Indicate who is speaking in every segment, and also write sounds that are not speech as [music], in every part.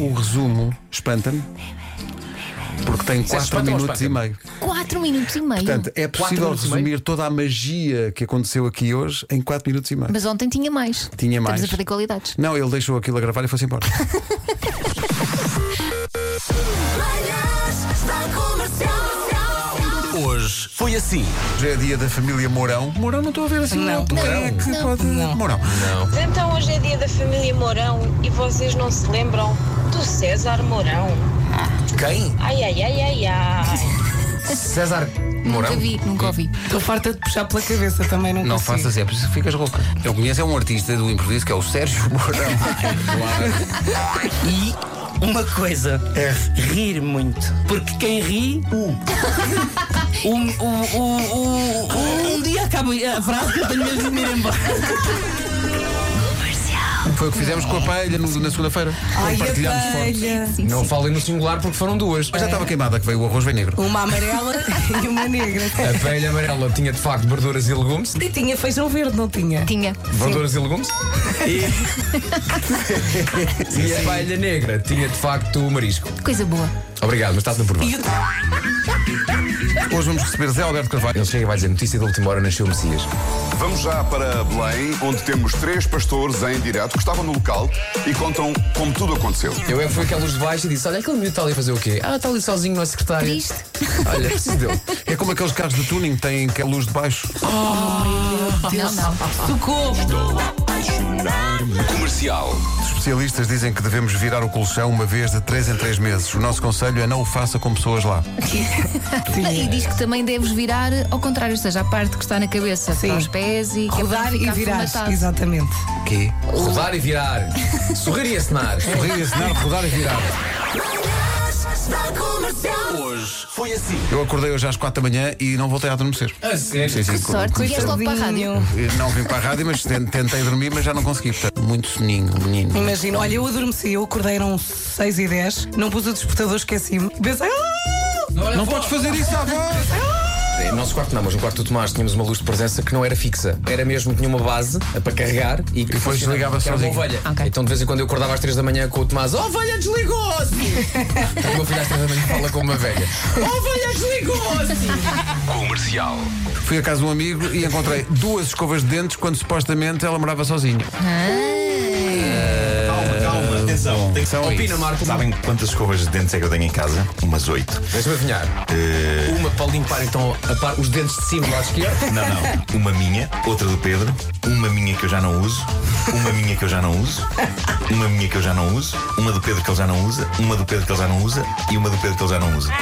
Speaker 1: O resumo espanta-me. Porque tem
Speaker 2: Se é
Speaker 1: 4
Speaker 2: espanta ou
Speaker 1: minutos e
Speaker 2: espanta?
Speaker 1: meio.
Speaker 3: 4 minutos e meio.
Speaker 1: Portanto, é possível
Speaker 2: minutos e meio?
Speaker 1: resumir toda a magia que aconteceu aqui hoje em 4 minutos e meio.
Speaker 3: Mas ontem tinha mais.
Speaker 1: Tinha mais.
Speaker 3: Estamos a perder qualidades.
Speaker 1: Não, ele deixou aquilo a gravar e foi-se embora.
Speaker 4: Manhãs da Comercial.
Speaker 2: [laughs] Hoje foi assim.
Speaker 1: Hoje é dia da família Mourão. Mourão, não estou a ver assim.
Speaker 5: Não.
Speaker 1: uma placa
Speaker 3: Não.
Speaker 1: que
Speaker 3: Não.
Speaker 1: pode- Mourão.
Speaker 6: Então hoje é dia da família Mourão e vocês não se lembram do César Mourão?
Speaker 2: Quem?
Speaker 6: Ai, ai, ai, ai, ai.
Speaker 2: César
Speaker 3: Nunca vi, nunca ouvi.
Speaker 5: Estou farta de puxar pela cabeça também, não,
Speaker 2: Não
Speaker 5: consigo.
Speaker 2: faças é, por isso que ficas rouca.
Speaker 1: Eu conheço é um artista do improviso que é o Sérgio
Speaker 2: [laughs]
Speaker 1: Mourão.
Speaker 7: E uma coisa, rir muito. Porque quem ri. Um, um, um, um, um, um dia acaba a frase que eu tenho mesmo de me ir embora.
Speaker 1: Foi o que fizemos com a paella no- na segunda-feira.
Speaker 5: Ai,
Speaker 1: Compartilhámos
Speaker 5: a
Speaker 1: fotos.
Speaker 5: telha.
Speaker 2: Não falem no singular porque foram duas.
Speaker 1: Mas já estava queimada que veio o arroz bem negro.
Speaker 5: Uma amarela e uma negra.
Speaker 2: A velha amarela tinha de facto verduras e legumes.
Speaker 5: E tinha feijão verde, não tinha?
Speaker 3: Tinha.
Speaker 2: Verduras e legumes. [laughs] E, e a velha negra tinha de facto marisco.
Speaker 3: Coisa boa.
Speaker 2: Obrigado, mas está tudo por
Speaker 5: E
Speaker 2: baixo.
Speaker 5: o
Speaker 1: Hoje vamos receber Zé Alberto Carvalho.
Speaker 2: Ele chega e vai dizer: notícia da última hora nasceu o Messias.
Speaker 8: Vamos já para Belém, onde temos três pastores em direto que estavam no local e contam como tudo aconteceu.
Speaker 2: Eu é que fui aquela luz de baixo e disse: olha, aquele miúdo está ali a fazer o quê? Ah, está ali sozinho na secretária.
Speaker 3: Triste.
Speaker 2: Olha, preciso [laughs] dele.
Speaker 1: É como aqueles carros de tuning que têm que a luz de baixo.
Speaker 5: Ah,
Speaker 3: Não, não. [laughs]
Speaker 5: socorro.
Speaker 8: Comercial.
Speaker 1: Especialistas dizem que devemos virar o colchão uma vez de 3 em 3 meses. O nosso conselho é não o faça com pessoas lá.
Speaker 3: E diz que também deves virar ao contrário, ou seja, a parte que está na cabeça,
Speaker 5: Sim.
Speaker 3: para os pés e que é para
Speaker 5: Rodar e
Speaker 3: ficar
Speaker 5: virar.
Speaker 3: formatado.
Speaker 5: Exatamente.
Speaker 1: Quê?
Speaker 2: Rodar e [laughs] virar. Sorrir e acenar.
Speaker 1: Rir, assinar, rodar e virar.
Speaker 4: Manhãs da Comercial.
Speaker 2: Hoje foi assim.
Speaker 1: Eu acordei hoje às 4 da manhã e não voltei a adormecer.
Speaker 2: A sério?
Speaker 1: sim,
Speaker 3: Que sorte,
Speaker 5: é
Speaker 3: vieste logo para a rádio.
Speaker 5: Tadinho.
Speaker 1: Eu Não vim para a rádio, mas ten- tentei dormir, mas já não consegui. Portanto, muito soninho, menino.
Speaker 5: Imagina, olha, eu adormeci, eu acordei eram 6 e 10, não pus o despertador, esqueci-me. Pensei, "Ah!"
Speaker 1: Não podes fazer isso à voz!
Speaker 2: É, nosso quarto não, mas no quarto do Tomás tínhamos uma luz de presença que não era fixa. Era mesmo que tinha uma base a- para carregar e que
Speaker 1: depois
Speaker 2: funcionava,
Speaker 1: desligava
Speaker 2: que era uma
Speaker 1: sozinho.
Speaker 2: ovelha.
Speaker 3: Ok.
Speaker 2: Então de vez em quando eu acordava às 3 da manhã com o Tomás: "Oh, ovelha desligou-se! Então, o meu filho às 3 da manhã fala com uma velha. "Oh,
Speaker 1: Então
Speaker 8: Comercial.
Speaker 1: Fui à casa de um amigo e encontrei duas escovas de dentes quando supostamente ela morava sozinha.
Speaker 9: Calma, calma, atenção. Tem que
Speaker 1: São
Speaker 2: Opina,
Speaker 5: "Ah!"
Speaker 2: Marco.
Speaker 1: Tá
Speaker 9: Sabem quantas escovas de dentes é que eu tenho em casa? Umas oito.
Speaker 2: Deixa-me adivinhar.
Speaker 1: Eh.
Speaker 2: Uma para limpar então a par- os dentes de cima do lado esquerdo.
Speaker 9: Não, um não. Uma minha, outra do Pedro, uma minha que eu já não uso, uma minha que eu já não uso, uma minha que eu já não uso, uma do Pedro que ele já não usa, uma do Pedro que ele já não usa e uma do Pedro que ele já não usa.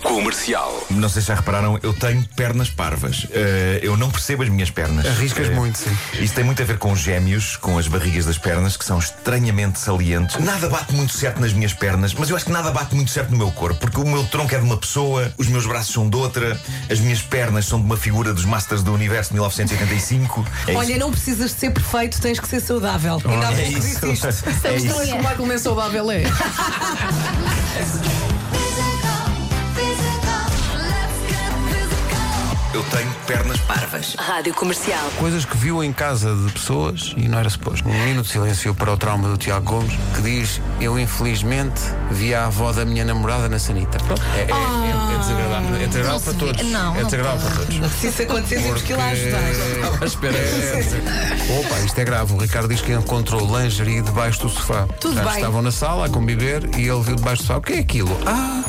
Speaker 8: Comercial.
Speaker 9: Não sei se já repararam, eu tenho pernas parvas. Eh, eu não percebo as minhas pernas.
Speaker 1: Arriscas
Speaker 9: Eh,
Speaker 1: muito, sim.
Speaker 9: Isso tem muito a ver com os gêmeos, com as barrigas das pernas, que são estranhamente salientes. Nada bate muito certo nas minhas pernas, mas eu acho que nada bate muito certo no meu corpo, porque o meu tronco é de uma pessoa, os meus braços são de outra, as minhas pernas são de uma figura dos Masters do Universo de 1985. É isso.
Speaker 5: olha, não precisas de ser perfeito, tens que ser saudável. Ainda há
Speaker 9: é
Speaker 5: pouco
Speaker 9: isso.
Speaker 5: disse isto.
Speaker 9: [laughs] É isso.
Speaker 3: Não é como
Speaker 2: Marco não é saudável, é.
Speaker 4: Physical, physical, let's get physical.
Speaker 9: Eu tenho pernas parvas.
Speaker 10: Rádio Comercial.
Speaker 1: Coisas que viu em casa de pessoas e não era suposto. Um minuto de silêncio para o trauma do Tiago Gomes que diz: Eu infelizmente vi a avó da minha namorada na sanita. Pronto. É, é- é- é desagradável. É desagradável
Speaker 3: Ah, Não se
Speaker 1: para
Speaker 3: vê.
Speaker 1: todos.
Speaker 3: Não,
Speaker 1: é
Speaker 3: não
Speaker 1: desagradável
Speaker 3: pode.
Speaker 1: para todos.
Speaker 5: Se isso acontecer, temos que ir lá ajudar.
Speaker 2: Estava à espera.
Speaker 1: Opa, isto é grave. O Ricardo diz que encontrou lingerie debaixo do sofá.
Speaker 5: Tudo
Speaker 1: Portanto,
Speaker 5: bem.
Speaker 1: Estavam na sala a conviver e ele viu debaixo do sofá. O que é aquilo? Ah!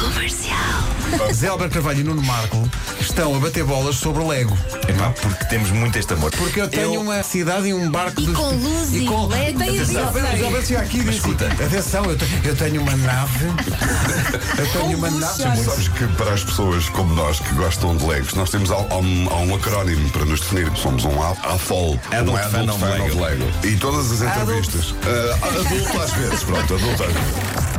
Speaker 1: Comercial. Zé Alberto Carvalho e Nuno Marco estão a bater bolas sobre o Lego.
Speaker 9: Epá, porque temos muito este amor.
Speaker 1: Porque eu tenho uma cidade e um barco
Speaker 3: E
Speaker 1: dos-
Speaker 3: com luz e LED.
Speaker 1: Atenção,
Speaker 3: Tem
Speaker 1: Zé Alberto- Zé Alberto chega aqui e diz assim, Atenção, eu, te- eu tenho uma nave. Eu tenho uma nave.
Speaker 8: Sabes que para as pessoas como nós que gostam de Legos, nós temos há um, há um acrónimo para nos definir. Somos um a- AFOL, um
Speaker 9: Adult
Speaker 8: Adult
Speaker 9: Fan
Speaker 8: Fan,
Speaker 9: of
Speaker 8: of Lego. E todas as entrevistas. ah, adulto às vezes, pronto, adulto às vezes.